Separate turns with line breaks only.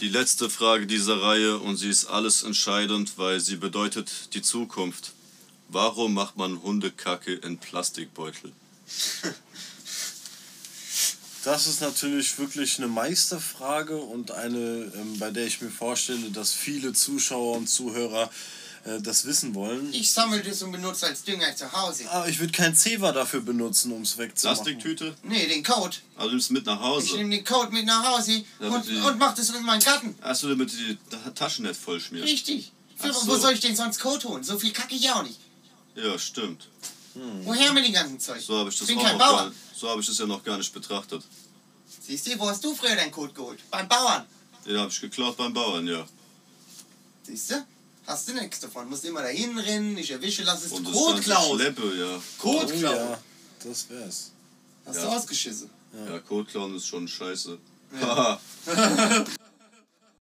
Die letzte Frage dieser Reihe und sie ist alles entscheidend, weil sie bedeutet die Zukunft. Warum macht man Hundekacke in Plastikbeutel?
Das ist natürlich wirklich eine Meisterfrage und eine, ähm, bei der ich mir vorstelle, dass viele Zuschauer und Zuhörer äh, das wissen wollen.
Ich sammle das und benutze als Dünger zu Hause.
Ah, ich würde kein Zewa dafür benutzen, um es wegzumachen.
Plastiktüte?
Nee, den Code.
Also nimmst du mit nach
Ich
Hause.
nehme den Code mit nach Hause
Ja,
und,
bitte.
und mach das in meinen Garten.
Achso, damit du die Ta- Taschen nicht voll schmierst.
Richtig.
Ach
Für,
so.
Wo soll ich denn sonst Code holen? So viel kacke ich auch nicht.
Ja, stimmt.
Woher mit dem ganzen Zeug?
Mhm. So habe ich das
bin
auch noch
kein
gar
Bauer.
So habe ich das ja noch gar nicht betrachtet.
Siehst du, wo hast du früher deinen Code geholt? Beim Bauern.
Den habe ich geklaut beim Bauern, ja.
Siehst du? Hast du nichts davon. Musst immer dahin rennen, nicht erwischen lassen.
Und
Ist
das
Code
ganze
klauen.
Schleppe, ja.
Code
Oh
klauen.
ja, das wär's.
Hast
Ja.
du ausgeschissen.
Ja, Code klauen ist schon scheiße. Haha.